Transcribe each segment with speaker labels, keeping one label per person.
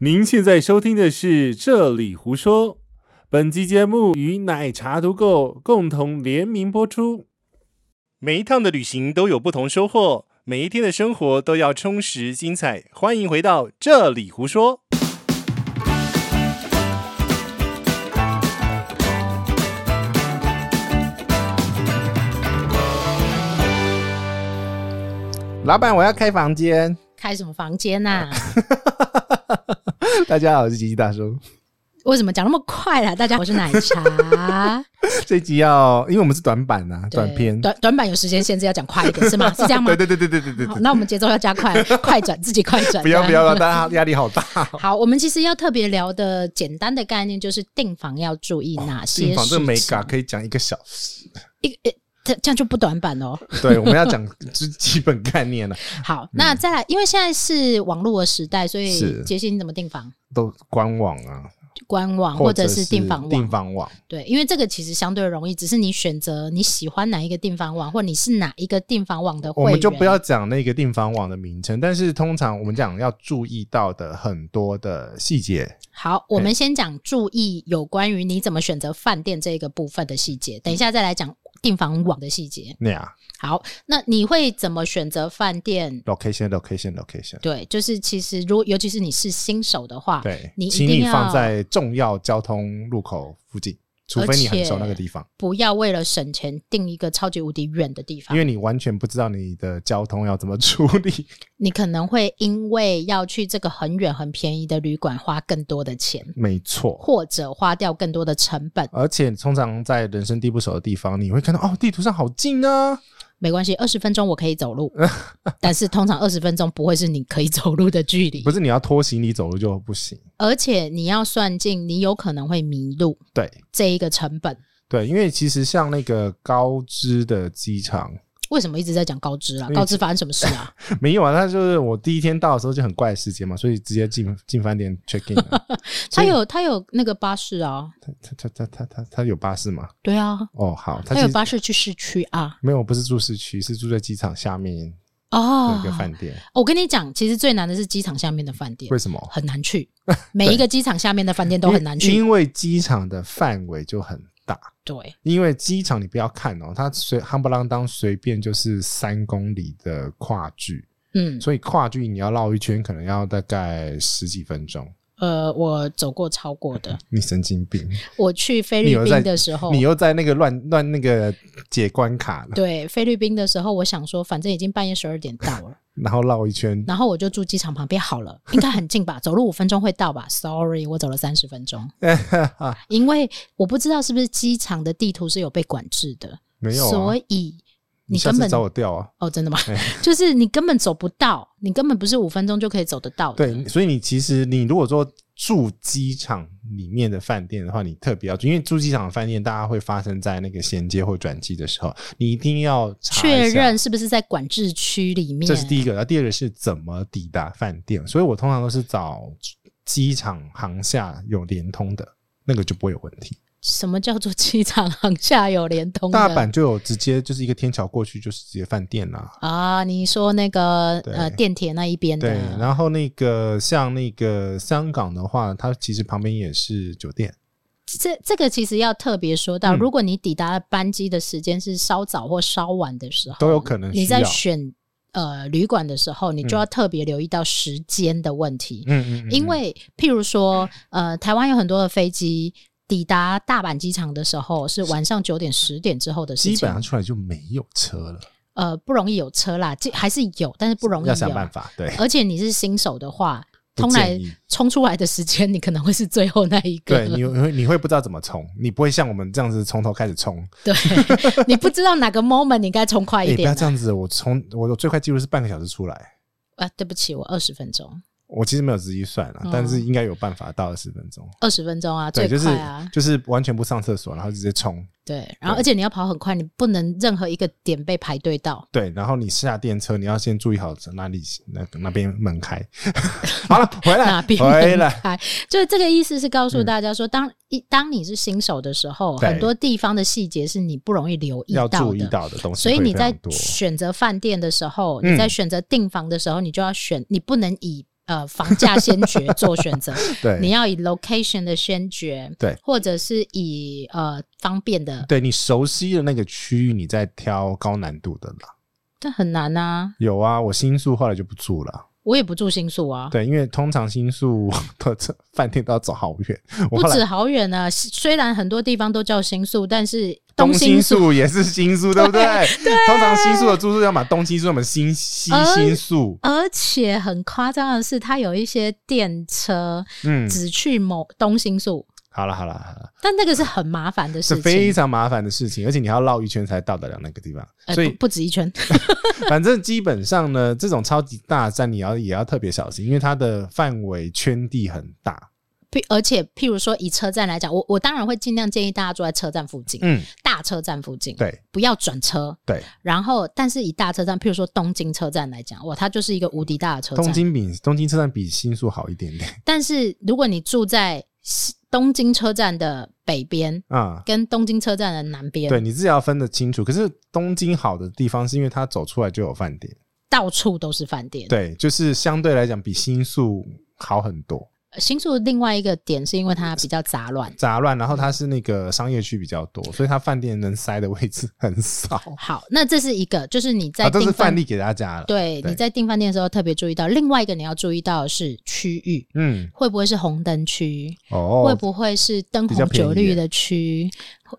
Speaker 1: 您现在收听的是《这里胡说》，本期节目与奶茶独购共同联名播出。每一趟的旅行都有不同收获，每一天的生活都要充实精彩。欢迎回到《这里胡说》。
Speaker 2: 老板，我要开房间。
Speaker 3: 开什么房间啊呐、
Speaker 2: 呃大家好，我是吉吉大叔。
Speaker 3: 为什么讲那么快啦？大家好，我是奶茶。
Speaker 2: 这一集要，因为我们是短版啊，
Speaker 3: 对
Speaker 2: 短片。
Speaker 3: 短短版有时间限制，要讲快一点是吗？是这样吗？
Speaker 2: 对对对对对对对
Speaker 3: 好
Speaker 2: 对，
Speaker 3: 那我们节奏要加 快，快转，自己快转。
Speaker 2: 不要不要
Speaker 3: 这
Speaker 2: 了，
Speaker 3: 样
Speaker 2: 大家压 力好大。
Speaker 3: 好，我们其实要特别聊的简单的概念就是订房要注意哪些
Speaker 2: 哦订
Speaker 3: 事
Speaker 2: 房这
Speaker 3: 情。
Speaker 2: 美嘎可以讲一个小时。
Speaker 3: 一个诶这这样就不短版 哦。
Speaker 2: 对，我们要讲最基本概念了，啊
Speaker 3: 好，那再来，因为现在是网络的时代，所以
Speaker 2: 嗯是
Speaker 3: 杰西你怎么订房？
Speaker 2: 都官网啊，
Speaker 3: 官网或者
Speaker 2: 是
Speaker 3: 是订房
Speaker 2: 订
Speaker 3: 网？
Speaker 2: 房网。
Speaker 3: 对，因为这个其实相对容易，只是你选择你喜欢哪一个订房网，或你是哪一个订房网的会
Speaker 2: 我
Speaker 3: 员。
Speaker 2: 们就不要讲那个订房网的名称，但是通常我们讲要注意到的很多的细节。
Speaker 3: 好，我们先讲注意有关于你怎么选择饭店这个部分的细节，等一下再来讲订房网的细节。
Speaker 2: 那样
Speaker 3: 好，那你会怎么选择饭店？
Speaker 2: ，location location location。
Speaker 3: 对，就是其实如尤其是你是新手的话，
Speaker 2: 对，
Speaker 3: 啊你一
Speaker 2: 请
Speaker 3: 定
Speaker 2: 你
Speaker 3: 要
Speaker 2: 放在重要交通路口附近，除非你很熟那个地方，
Speaker 3: 不要为了省钱订一个超级无敌远的地
Speaker 2: 因
Speaker 3: 方
Speaker 2: 为，你完全不知道你的交通要怎么处理。
Speaker 3: 你可能会因为要去这个很远很便宜的旅馆花更多的钱，
Speaker 2: 没错，
Speaker 3: 或者花掉更多的成本。
Speaker 2: 而且通常在人生地不熟的地方，你会看到哦，地图上好近啊，
Speaker 3: 没关系，二十分钟我可以走路， 但是通常二十分钟不会是你可以走路的距离
Speaker 2: 不。是你要拖行李走路就不行。
Speaker 3: 而且你要算进你有可能会迷路
Speaker 2: 对
Speaker 3: 这一个成本。
Speaker 2: 对，因为其实像那个高知的机场，
Speaker 3: 为什么一直在讲高知啊？
Speaker 2: 因为
Speaker 3: 高知发生什么事 啊？
Speaker 2: 没有啊，那就是我第一天到的时候就很怪的时间嘛，所以直接进进饭店 check in 了。
Speaker 3: 他有他有那个巴士啊，
Speaker 2: 他他他他他他有巴士吗？
Speaker 3: 对啊，
Speaker 2: 哦，好，
Speaker 3: 他
Speaker 2: 他其
Speaker 3: 有
Speaker 2: 实
Speaker 3: 巴士去市区啊。
Speaker 2: 没有，不是住市区，是住在机场下面
Speaker 3: 哦
Speaker 2: 那，个饭店。
Speaker 3: 我跟你讲，其实最难的是机场下面的饭店
Speaker 2: 为，什么？
Speaker 3: 很难 去，每一个机场下面的饭店都很难
Speaker 2: 因
Speaker 3: 去。
Speaker 2: 因为机场的范围就很大。
Speaker 3: 对，
Speaker 2: 因为机场你不要看哦，它随夯不啷当随便就是三公里的跨距，
Speaker 3: 嗯，
Speaker 2: 所以跨距你要绕一圈，可能要大概十几分钟。
Speaker 3: 呃，我走过超过 的，
Speaker 2: 你神经病！
Speaker 3: 我去菲
Speaker 2: 你
Speaker 3: 律
Speaker 2: 有在
Speaker 3: 宾的时候
Speaker 2: 你。又在那个乱乱那个解关卡了，
Speaker 3: 哦对菲律宾的时候，我想说，反正已经半夜十二点到 了，
Speaker 2: 然后绕一圈，
Speaker 3: 然后我就住机场旁边好了，应该很近吧，走路五分钟会到吧？Sorry，我走了三十分 钟，因为我不知道是不是机场的地图是有被管制的，
Speaker 2: 没有、啊。
Speaker 3: 所以
Speaker 2: 你
Speaker 3: 你
Speaker 2: 下
Speaker 3: 根
Speaker 2: 次
Speaker 3: 本
Speaker 2: 找我调啊。
Speaker 3: 哦，真的吗
Speaker 2: 哎？
Speaker 3: 就是你根本走不到，你根本不是五分钟就可以走得到的。
Speaker 2: 对，所以你其实你如果说住机场里面的饭店的话，你特别要注意，因为住机场的饭店，大家会发生在那个衔接或转机的时候，你一定要查
Speaker 3: 确
Speaker 2: 一下
Speaker 3: 认。是不是在管制区里面？
Speaker 2: 这是第一个，然后第二个是怎么抵达饭店，所以我通常都是找机场航厦有联通的，那个就不会有问题。
Speaker 3: 什么叫做机场 航下有联通的？
Speaker 2: 大阪就有直接就是一个天桥过去就是直接饭店啦、
Speaker 3: 啊，你说那个
Speaker 2: 对
Speaker 3: 呃电铁那一边
Speaker 2: 对，
Speaker 3: 的，
Speaker 2: 然后那个像那个香港的话，它其实旁边也是酒店，
Speaker 3: 哦这这个其实要特别说到，
Speaker 2: 嗯
Speaker 3: 如果你抵达班机的时间是稍早或稍晚的时候，
Speaker 2: 都有可能需要。
Speaker 3: 你在选呃旅馆的时候，你就
Speaker 2: 嗯
Speaker 3: 要特别留意到时间的问题，
Speaker 2: 嗯嗯嗯，
Speaker 3: 因为譬如说，呃，台湾有很多的飞机抵达大阪机场的时候是晚上九点、十点之后的事
Speaker 2: 基本
Speaker 3: 情
Speaker 2: 上，出来就没有车了，
Speaker 3: 呃，不容易有车啦，这还是有，但是不容易啊
Speaker 2: 要想办
Speaker 3: 有。
Speaker 2: 法。 对，
Speaker 3: 而且你是新手的话，
Speaker 2: 不
Speaker 3: 通
Speaker 2: 建
Speaker 3: 来
Speaker 2: 议。
Speaker 3: 冲出来的时间，你可能会是最后那一个。
Speaker 2: 对，你会你会不知道怎么冲，你不会像我们这样子从头开始冲。
Speaker 3: 对你不知道哪个 moment 你该冲快
Speaker 2: 哎、
Speaker 3: 一
Speaker 2: 不
Speaker 3: 点
Speaker 2: 要
Speaker 3: 啊、
Speaker 2: 这样子，我从我最快记录是半个小时出来。
Speaker 3: 啊！对不起，我二十分钟，
Speaker 2: 我其实没有仔细算了，
Speaker 3: 嗯
Speaker 2: 但是应该有办法到二十分钟。
Speaker 3: 二十分钟啊，
Speaker 2: 对，
Speaker 3: 最
Speaker 2: 就是
Speaker 3: 快啊，
Speaker 2: 就是完全不上厕所，然后直接冲。
Speaker 3: 对。然后，
Speaker 2: 对
Speaker 3: 而且你要跑很快，你不能任何一个点被排队 到。
Speaker 2: 对，然后你下电车，你要先注意好哪里那那边门开。 好了，回
Speaker 3: 哪
Speaker 2: 来
Speaker 3: 边
Speaker 2: 哎回
Speaker 3: 门
Speaker 2: 来，嗯
Speaker 3: 开？就是这个意思是告诉大家说，当一当你是新手的时候，
Speaker 2: 对
Speaker 3: 很多地方的细节是你不容易留意
Speaker 2: 要
Speaker 3: 到
Speaker 2: 注意
Speaker 3: 的。
Speaker 2: 到的东西
Speaker 3: 所
Speaker 2: 会
Speaker 3: 以
Speaker 2: 非常多。
Speaker 3: 你在选择饭店的时候，
Speaker 2: 嗯
Speaker 3: 你在选择订房的时候，你就要选，你不能以呃房价先决做选择，
Speaker 2: 对，
Speaker 3: 你要以 location 的先决，
Speaker 2: 对，
Speaker 3: 或者是以呃方便的，
Speaker 2: 对你熟悉的那个区域，你再挑高难度的啦。
Speaker 3: 但很难啊。
Speaker 2: 有啊，我新宿后来就不住了，
Speaker 3: 我也不住新宿啊，
Speaker 2: 对，因为通常新宿 的饭店都要走好远。我
Speaker 3: 不
Speaker 2: 后来
Speaker 3: 止好远啊，是虽然很多地方都叫新宿，但是
Speaker 2: 东
Speaker 3: 新
Speaker 2: 新
Speaker 3: 宿
Speaker 2: 宿也是新宿，对不对？通常新宿的住宿要么东新宿，要么新西
Speaker 3: 呃
Speaker 2: 新宿。
Speaker 3: 而且很夸张的是，它有一些电车
Speaker 2: 嗯，
Speaker 3: 只去某东新宿，
Speaker 2: 好了好了好了，
Speaker 3: 但那个是很麻烦的
Speaker 2: 是
Speaker 3: 事
Speaker 2: 非
Speaker 3: 情，
Speaker 2: 常麻烦的事情，而且你要绕一圈才到得了那个地方。
Speaker 3: 呃
Speaker 2: 所以
Speaker 3: 不不止一圈。
Speaker 2: 反正基本上呢，这种超级大战你要也要特别小心，因为它的范围圈地很大。
Speaker 3: 譬而且，譬如说以车站来讲，我我当然会尽量建议大家住在车站附近，
Speaker 2: 嗯，
Speaker 3: 大车站附近，
Speaker 2: 对
Speaker 3: 不要转车。
Speaker 2: 对，
Speaker 3: 然后，但是以大车站，譬如说东京车站来讲，哇，它就是一个无敌大的车
Speaker 2: 东
Speaker 3: 站。
Speaker 2: 京比东京车站比新宿好一点点
Speaker 3: 但是如果你住在西东京车站的北边，
Speaker 2: 啊。
Speaker 3: 跟东京车站的南边，
Speaker 2: 对，你自己要分得清楚。可是东京好的地方是因为它走出来就有饭店，
Speaker 3: 到处都是饭店。
Speaker 2: 对，就是相对来讲比新宿好很多，
Speaker 3: 呃新宿另外一个点是因为它比较杂乱。
Speaker 2: 杂乱，然后它是那个商业区比较多，所以它饭店能塞的位置很少。
Speaker 3: 好，那这是一个，就是你在
Speaker 2: 啊，这
Speaker 3: 订
Speaker 2: 是
Speaker 3: 饭
Speaker 2: 范例给大家了。，
Speaker 3: 对，
Speaker 2: 对
Speaker 3: 你在订饭店的时候特别注意到。另外一个你要注意到的是区域，
Speaker 2: 嗯，
Speaker 3: 会不会是红灯区？
Speaker 2: 哦，
Speaker 3: 会不会是灯
Speaker 2: 比较
Speaker 3: 红
Speaker 2: 便宜
Speaker 3: 酒绿
Speaker 2: 耶
Speaker 3: 的区？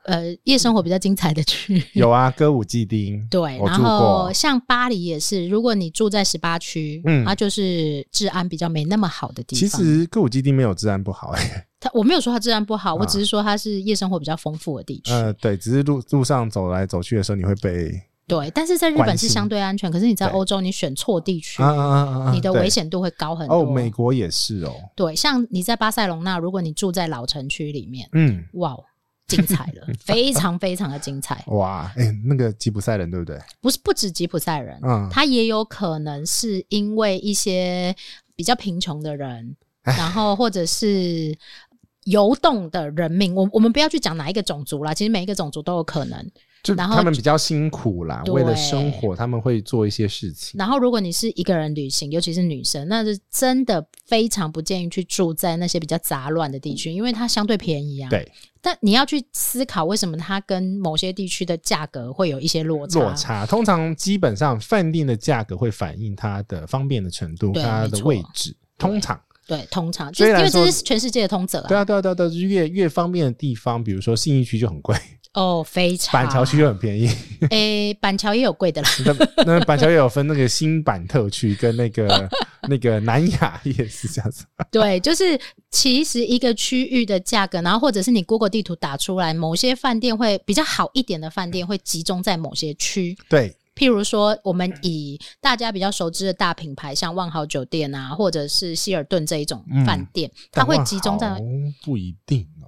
Speaker 3: 呃，夜生活比较精彩的区。
Speaker 2: 有啊，歌舞伎町，
Speaker 3: 对，
Speaker 2: 我
Speaker 3: 然
Speaker 2: 住过
Speaker 3: 后，像巴黎也是，如果你住在十八区，
Speaker 2: 嗯
Speaker 3: 它就是治安比较没那么好的地
Speaker 2: 其
Speaker 3: 方。
Speaker 2: 实歌舞伎町没有治安不好、 欸，
Speaker 3: 它我没有说它治安不好，
Speaker 2: 啊
Speaker 3: 我只是说它是夜生活比较丰富的地区。
Speaker 2: 呃，对，只是路路上走来走去的时候，你会被
Speaker 3: 对，但是在日
Speaker 2: 关
Speaker 3: 本是
Speaker 2: 心
Speaker 3: 相对安全，可是你在
Speaker 2: 对
Speaker 3: 欧洲你选错地区，
Speaker 2: 啊啊啊啊，
Speaker 3: 你的
Speaker 2: 对
Speaker 3: 危险度会高很多。
Speaker 2: 哦，美国也是哦，
Speaker 3: 对，像你在巴塞隆纳，如果你住在老城区里面，
Speaker 2: 嗯，
Speaker 3: 哇，哦精彩了， 非常非常的精彩。
Speaker 2: 哇，哎、那个吉普赛人对不对？
Speaker 3: 不是不止吉普赛人，
Speaker 2: 嗯，
Speaker 3: 他也有可能是因为一些比较贫穷的人，
Speaker 2: 哎
Speaker 3: 然后或者是。游动的人民，我我们不要去讲哪一个种族啦，其实每一个种族都有可能。
Speaker 2: 就
Speaker 3: 然后
Speaker 2: 他们比较辛苦啦，
Speaker 3: 对
Speaker 2: 为了生活，他们会做一些事情。
Speaker 3: 然后，如果你是一个人旅行，尤其是女生，那是真的非常不建议去住在那些比较杂乱的地区，因为它相对便宜啊。
Speaker 2: 嗯对，
Speaker 3: 但你要去思考为什么它跟某些地区的价格会有一些落差。
Speaker 2: 落差通常基本上饭店的价格会反映它的方便的程度，
Speaker 3: 对
Speaker 2: 它
Speaker 3: 没
Speaker 2: 的
Speaker 3: 错
Speaker 2: 位置。通常，
Speaker 3: 对，通常就
Speaker 2: 虽
Speaker 3: 是因
Speaker 2: 然
Speaker 3: 为
Speaker 2: 说
Speaker 3: 这是全世界的通则
Speaker 2: 对
Speaker 3: 啊。
Speaker 2: 啊，对啊，对啊，对啊，就是越越方便的地方，比如说信义区就很贵，
Speaker 3: 哦，非常。
Speaker 2: 板桥区就很便宜。
Speaker 3: 诶，板桥也有贵的啦。
Speaker 2: 那那板桥也有分那个新版特区跟 那个那个南雅也是这样子。
Speaker 3: 对，就是其实一个区域的价格，然后或者是你 Google 地图打出来，某些饭店会比较好一点的饭店会集中在某些区。
Speaker 2: 对，
Speaker 3: 譬如说，我们以大家比较熟知的大品牌，像万豪酒店啊，或者是希尔顿这一种饭店，它
Speaker 2: 嗯但
Speaker 3: 会
Speaker 2: 万
Speaker 3: 集中在
Speaker 2: 豪不一定哦，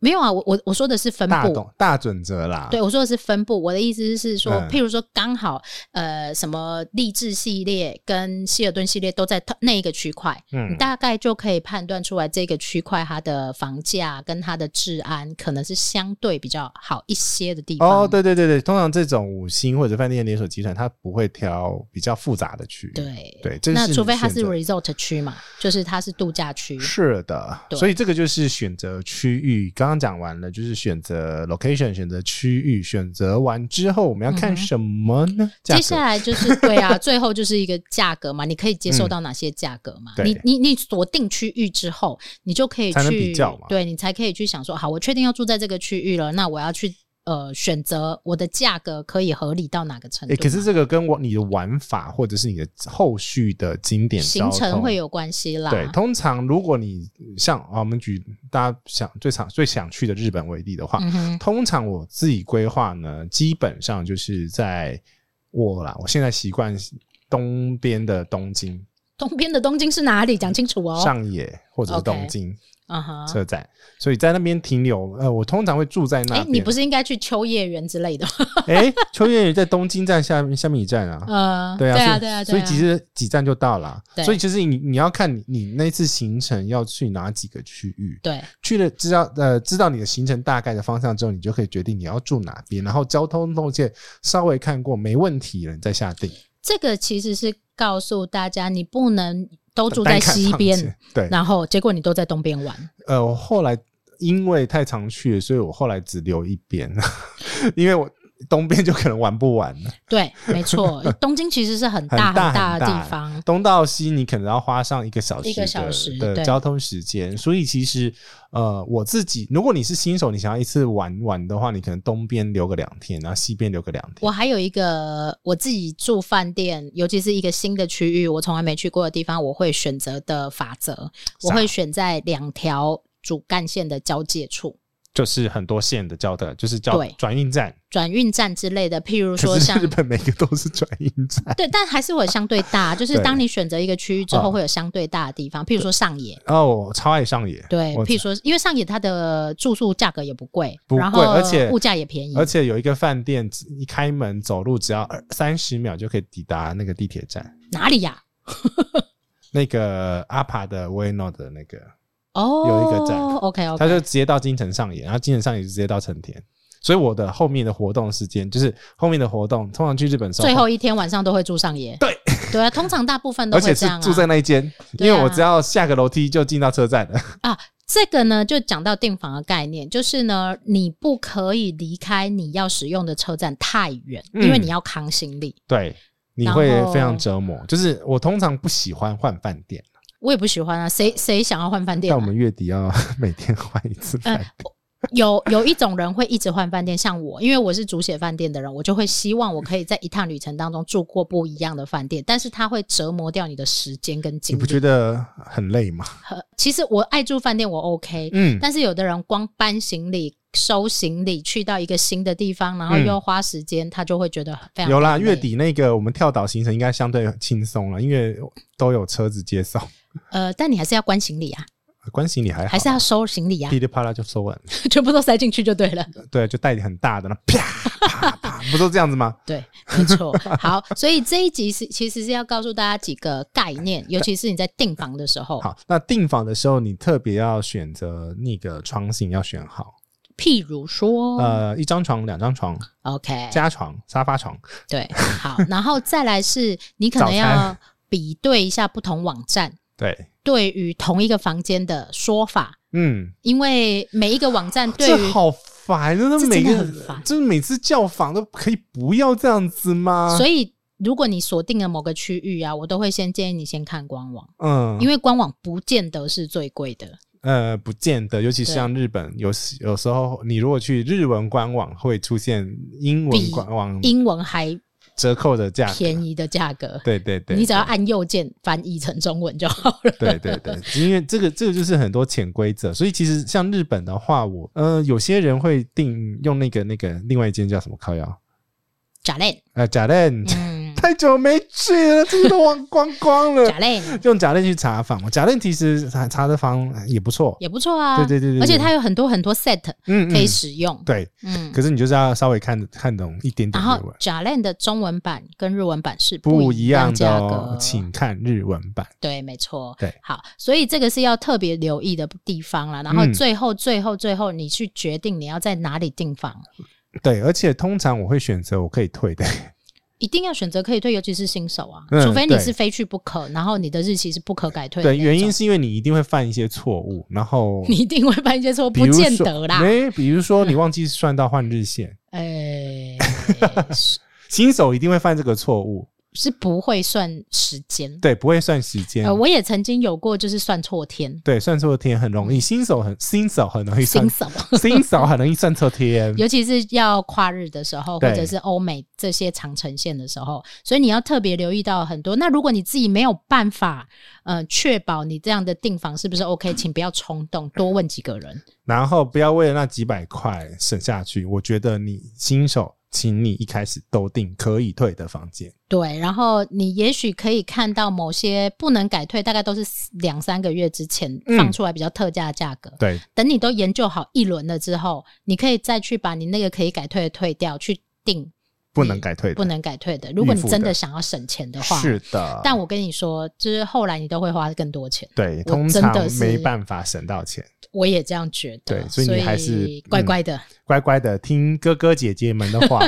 Speaker 3: 没有啊，我我我说的是分
Speaker 2: 大
Speaker 3: 布，
Speaker 2: 懂大准则啦。
Speaker 3: 对，我说的是分布。我的意思是说，
Speaker 2: 嗯
Speaker 3: 譬如说，刚好呃，什么励志系列跟希尔顿系列都在同那一个区块，
Speaker 2: 嗯
Speaker 3: 你大概就可以判断出来这个区块它的房价跟它的治安可能是相对比较好一些的地方。
Speaker 2: 哦，对对对对，通常这种五星或者饭店连锁集团，它不会挑比较复杂的区域。
Speaker 3: 对
Speaker 2: 对，这是
Speaker 3: 那
Speaker 2: 你
Speaker 3: 除非它是
Speaker 2: 选择
Speaker 3: resort 区嘛，就是它是度假区。
Speaker 2: 是的，
Speaker 3: 对
Speaker 2: 所以这个就是选择区域。刚刚讲完了，就是选择 location，选择区域，选择完之后我们要
Speaker 3: 嗯
Speaker 2: 看什么呢？价格
Speaker 3: 接下来就是对啊，最后就是一个价格嘛，你可以接受到哪些价格嘛？
Speaker 2: 嗯对
Speaker 3: 你你你锁定区域之后，你就可以
Speaker 2: 才能
Speaker 3: 去
Speaker 2: 比较嘛
Speaker 3: 对你才可以去想说，好，我确定要住在这个区域了，那我要去呃选择我的价格可以合理到哪个程度
Speaker 2: 欸
Speaker 3: 嘛？
Speaker 2: 可是这个跟我你的玩法或者是你的后续的景点
Speaker 3: 行
Speaker 2: 交
Speaker 3: 程
Speaker 2: 通
Speaker 3: 会有关系啦。
Speaker 2: 对。通常如果你像、啊我们举大家想最常最想去的日本为例的话，
Speaker 3: 嗯哼，
Speaker 2: 通常我自己规划呢，基本上就是在我啦，我现在习惯东边的东京、
Speaker 3: 东边的东京是哪里？讲清楚哦。
Speaker 2: 上野或者是
Speaker 3: OK
Speaker 2: 东京
Speaker 3: 嗯哼，
Speaker 2: 车站，所以在那边停留。呃，我通常会住在那
Speaker 3: 哎、
Speaker 2: 边。
Speaker 3: 你不是应该去秋叶原之类的 吗？
Speaker 2: 哎，秋叶原在东京站下面下面一站 啊。
Speaker 3: 呃，
Speaker 2: 对啊，
Speaker 3: 对
Speaker 2: 所
Speaker 3: 啊，
Speaker 2: 以
Speaker 3: 对啊，
Speaker 2: 所以
Speaker 3: 对啊
Speaker 2: 其实几站就到了
Speaker 3: 对，
Speaker 2: 所以其实你你要看你你那次行程要去哪几个区域，
Speaker 3: 对
Speaker 2: 去了知道呃知道你的行程大概的方向之后，你就可以决定你要住哪边，然后交通路线稍微看过没问题了，你再下定。
Speaker 3: 这个其实是告诉大家，你不能。都住在西边，，
Speaker 2: 对，
Speaker 3: 然后结果你都在东边玩，
Speaker 2: 呃，我后来因为太常去了，所以我后来只留一边， 因为我东边就可能玩不完了。
Speaker 3: 对，没错，东京其实是很
Speaker 2: 很
Speaker 3: 大
Speaker 2: 大
Speaker 3: 大的
Speaker 2: 很大
Speaker 3: 地方，
Speaker 2: 东到西，你可能要花上一个小时
Speaker 3: 一个小
Speaker 2: 的
Speaker 3: 时对
Speaker 2: 的交通时间，所以其实呃，我自己如果你是新手，你想要一次玩完的话，你可能东边留个两天，然后西边留个两天。
Speaker 3: 我还有一个我自己住饭店，尤其是一个新的区域，我从来没去过的地方，我会选择的法则，我会选在两条主干线的交界处、
Speaker 2: 就是很多线的交的，就是叫
Speaker 3: 对
Speaker 2: 转运站。
Speaker 3: 转运站之类的。譬如说
Speaker 2: 可是
Speaker 3: 像
Speaker 2: 日本每个都是转运站
Speaker 3: 对，但还是会有相对 大，就是
Speaker 2: 对
Speaker 3: 当你选择一个区域之后，
Speaker 2: 嗯
Speaker 3: 会有相对大的地方，譬如说上野。
Speaker 2: 哦，我超爱上野。
Speaker 3: 对，
Speaker 2: 我
Speaker 3: 譬如说，因为上野它的住宿价格也不贵，
Speaker 2: 不
Speaker 3: 然
Speaker 2: 贵
Speaker 3: 后
Speaker 2: 而且
Speaker 3: 物价也便宜，
Speaker 2: 而且有一个饭店，一开门走路只要三十秒就可以抵达那个地铁站，
Speaker 3: 哪里呀、
Speaker 2: 那个阿帕的维诺的那个，
Speaker 3: 哦，
Speaker 2: 有一个站
Speaker 3: OK
Speaker 2: 他
Speaker 3: OK，
Speaker 2: 就直接到京城上野，然后京城上野就直接到成田。所以我的后面的活动时间就是后面的活动，通常去日本的时候，
Speaker 3: 最后一天晚上都会住上野。
Speaker 2: 对
Speaker 3: 对啊，通常大部分都
Speaker 2: 而且
Speaker 3: 会
Speaker 2: 是
Speaker 3: 这样啊。
Speaker 2: 住在那一间，
Speaker 3: 对
Speaker 2: 因
Speaker 3: 啊
Speaker 2: 为我只要下个楼梯就进到车站了。
Speaker 3: 啊，这个呢，就讲到订房的概念，就是呢，你不可以离开你要使用的车站太远，
Speaker 2: 嗯
Speaker 3: 因为你要扛行李。
Speaker 2: 对，你
Speaker 3: 然
Speaker 2: 会
Speaker 3: 后
Speaker 2: 非常折磨。就是我通常不喜欢换饭店，
Speaker 3: 我也不喜欢啊，谁谁想要换饭店、
Speaker 2: 但
Speaker 3: 啊呃
Speaker 2: 我？们月底要每天换一次饭店。
Speaker 3: 有有一种人会一直换饭店，像我，因为我是主写饭店的人，我就会希望我可以在一趟旅程当中住过不一样的饭店，但是它会折磨掉你的时间跟
Speaker 2: 你
Speaker 3: 精
Speaker 2: 不觉
Speaker 3: 力。
Speaker 2: 得很累吗？
Speaker 3: 呃其实我爱住饭店，我 OK，
Speaker 2: 嗯，
Speaker 3: 但是有的人光搬行李、收行李，去到一个新的地方，然后
Speaker 2: 嗯
Speaker 3: 又花时间，他就会觉得非常
Speaker 2: 有啦，
Speaker 3: 啊累
Speaker 2: 月底那个我们跳岛行程应该相对轻松了，因为都有车子接送，呃
Speaker 3: 呃，但你还是要关行李啊，
Speaker 2: 关行李还好，
Speaker 3: 还是要收行李啊
Speaker 2: 噼，里啪啦就收完了，
Speaker 3: 全部都塞进去就 对了。
Speaker 2: 对，就带很大的，那啪啪啪，不都这样子吗？
Speaker 3: 对，没错。好，所以这一集是其实是要告诉大家几个概念，尤其是你在订房的时候，
Speaker 2: 好，那订房的时候你特别要选择那个床型要选好，
Speaker 3: 譬如说、
Speaker 2: 呃，一张床、两张床、
Speaker 3: o k
Speaker 2: 加床、沙发床，
Speaker 3: 对，好，然后再来是你可
Speaker 2: 早
Speaker 3: 能
Speaker 2: 餐
Speaker 3: 要比对一下不同网站
Speaker 2: 对，
Speaker 3: 对于同一个房间的说法。
Speaker 2: 嗯，
Speaker 3: 因为每一个网站对
Speaker 2: 这
Speaker 3: 于
Speaker 2: 好烦，真
Speaker 3: 这
Speaker 2: 的
Speaker 3: 真
Speaker 2: 每
Speaker 3: 的
Speaker 2: 个
Speaker 3: 很烦
Speaker 2: 就是每次叫房都可以不要这样子吗？
Speaker 3: 所
Speaker 2: 以，
Speaker 3: 以，如果你锁定了某个区域啊，我都会先建议你先看官网，
Speaker 2: 嗯，
Speaker 3: 因为官网不见得是最贵的。
Speaker 2: 呃，不见得，尤其是
Speaker 3: 对
Speaker 2: 像日本，有时有时候你如果去日文官网，会出现英
Speaker 3: 比
Speaker 2: 文官网
Speaker 3: 英文还
Speaker 2: 折扣的嗯价格，
Speaker 3: 便宜的价格，
Speaker 2: 对对对，
Speaker 3: 你只要按右键翻译成中文就好了。
Speaker 2: 对对对，因为这个这个就是很多潜规则，所以其实像日本的话，我呃有些人会定用那个那个另外一间叫什么烤窑，
Speaker 3: 假链，
Speaker 2: 呃假链，
Speaker 3: 嗯，
Speaker 2: 太久没去了，这些都忘光光了
Speaker 3: 假。链
Speaker 2: 用假链去查房，假链其实查查的房也不错，
Speaker 3: 也不错啊。
Speaker 2: 对对对对对
Speaker 3: 而且它有很多很多 set
Speaker 2: 嗯
Speaker 3: 可以
Speaker 2: 嗯，
Speaker 3: 使用。
Speaker 2: 对。
Speaker 3: 嗯，
Speaker 2: 可是你就是要稍微看看懂一点点
Speaker 3: 然
Speaker 2: 日
Speaker 3: 后
Speaker 2: 文。
Speaker 3: 假链的中文版跟日文版是
Speaker 2: 不
Speaker 3: 一
Speaker 2: 一样的
Speaker 3: 价
Speaker 2: 哦
Speaker 3: 格，，
Speaker 2: 请看日文版。
Speaker 3: 对，没错，
Speaker 2: 对，
Speaker 3: 好，所以这个是要特别留意的地方啦。然后
Speaker 2: 嗯
Speaker 3: 最后、最后、最后，你去决定你要在哪里订房，
Speaker 2: 对，而且通常我会选择我可以退的，
Speaker 3: 一定要选择可以退，尤其是新手啊，
Speaker 2: 嗯
Speaker 3: 除非你
Speaker 2: 对
Speaker 3: 是非去不可，然后你的日期是不可改退的
Speaker 2: 对，
Speaker 3: 那种。
Speaker 2: 原因是因为你一定会犯一些错误，然后
Speaker 3: 你一定会犯一些 错，
Speaker 2: 比
Speaker 3: 不
Speaker 2: 如
Speaker 3: 见
Speaker 2: 说
Speaker 3: 得啦。
Speaker 2: 没，比如说你忘记算到换日线，
Speaker 3: 哎，是
Speaker 2: 新手一定会犯这个错误，
Speaker 3: 是不会算时间。
Speaker 2: 对，不会算时间
Speaker 3: 呃，，我也曾经有过，就是算错天，
Speaker 2: 对，算错天很容易，新手很嗯新手很容易算
Speaker 3: 新，手。
Speaker 2: 新手很容易算错 天，
Speaker 3: 尤其是要跨日的时候，或
Speaker 2: 嗯对
Speaker 3: 者是欧美这些长城线的时候，所以你要特别留意到很多。那如果你自己没有办法，呃，确保你这样的订房是不是 OK，请不要冲
Speaker 2: 嗯
Speaker 3: 动，多问几个人。
Speaker 2: 然后不要为了那几百块省下去。我觉得你新手，请你一开始都订可以退的房间，
Speaker 3: 对，然后你也许可以看到某些不能改退，大概都是两三个月之前
Speaker 2: 嗯
Speaker 3: 放出来比较特价的价格。
Speaker 2: 对，
Speaker 3: 等你都研究好一轮了之后，你可以再去把你那个可以改退的退掉，去订
Speaker 2: 不能改退的，
Speaker 3: 不能改退的。如果你
Speaker 2: 预付的
Speaker 3: 真的想要省钱的话，
Speaker 2: 是的，
Speaker 3: 但我跟你说，就是后来你都会花更多钱，
Speaker 2: 对，
Speaker 3: 我
Speaker 2: 通
Speaker 3: 真
Speaker 2: 常
Speaker 3: 的是
Speaker 2: 没办法省到钱。
Speaker 3: 我也这样觉得。
Speaker 2: 对所以你还是嗯
Speaker 3: 乖乖的，
Speaker 2: 乖乖的听哥哥姐姐们的 话。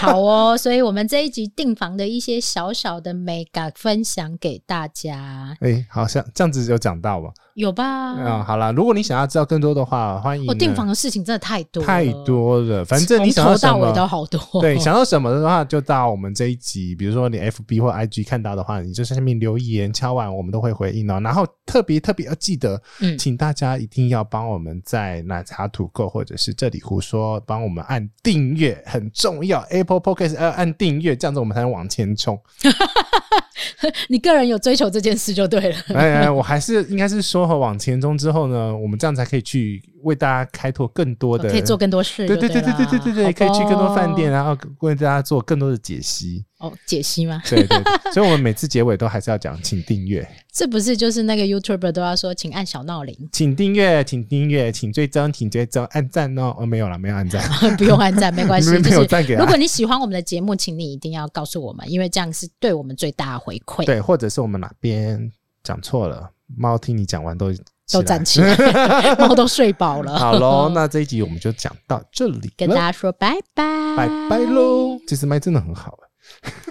Speaker 3: 好哦，所以我们这一集订房的一些小小的美感分享给大家，
Speaker 2: 哎、好像这样子有讲到吧？
Speaker 3: 有吧？
Speaker 2: 嗯，好啦，如果你想要知道更多的话，欢迎
Speaker 3: 我订
Speaker 2: 呢
Speaker 3: 哦房的事情真的太多了
Speaker 2: 太，多了，反正你想
Speaker 3: 从
Speaker 2: 要
Speaker 3: 头
Speaker 2: 什
Speaker 3: 到尾都
Speaker 2: 么。
Speaker 3: 好多。
Speaker 2: 对，想要什么的话，就到我们这一集，比如说你 FB 或 IG 看到的话，你就在下面留言敲碗，我们都会回应哦。然后特别特别要记得，
Speaker 3: 嗯
Speaker 2: 请大家一定要帮我们在奶茶土购或者是这里胡说，帮我们按订阅，很重要。Apple Podcast 要按订阅，这样子我们才能往 前冲。
Speaker 3: 你个人有追求这件事就对了。
Speaker 2: 哎哎，我还是应该是说和往前冲之后呢，我们这样才可以去为大家开拓更多的，
Speaker 3: 哦可以做更多事就
Speaker 2: 对对对
Speaker 3: 对
Speaker 2: 对
Speaker 3: 啦
Speaker 2: 对对对对，
Speaker 3: 好
Speaker 2: 可以去更多饭店，
Speaker 3: 哦
Speaker 2: 啊然后为大家做更多的解析。
Speaker 3: 哦，解析吗？
Speaker 2: 对对对，所以我们每次结尾都还是要讲，请订阅，
Speaker 3: 这不是就是那个 YouTuber 都要说，请按小闹铃，
Speaker 2: 请订阅，请订阅，请追踪，请追踪，按赞哦。哦，没有了，没有按赞，
Speaker 3: 不用按赞 没关系。
Speaker 2: 没没
Speaker 3: 就
Speaker 2: 有
Speaker 3: 是
Speaker 2: 赞给他
Speaker 3: 如果你喜欢我们的节目，请你一定要告诉我们，因为这样是对我们最大的回馈。
Speaker 2: 对，或者是我们哪边讲错了，猫听你讲完都
Speaker 3: 都
Speaker 2: 站
Speaker 3: 站起 来，猫都睡饱了。
Speaker 2: 好喽，那这一集我们就讲到这里了，
Speaker 3: 跟大家说拜拜，
Speaker 2: 拜拜喽。其实麦真的很好。欸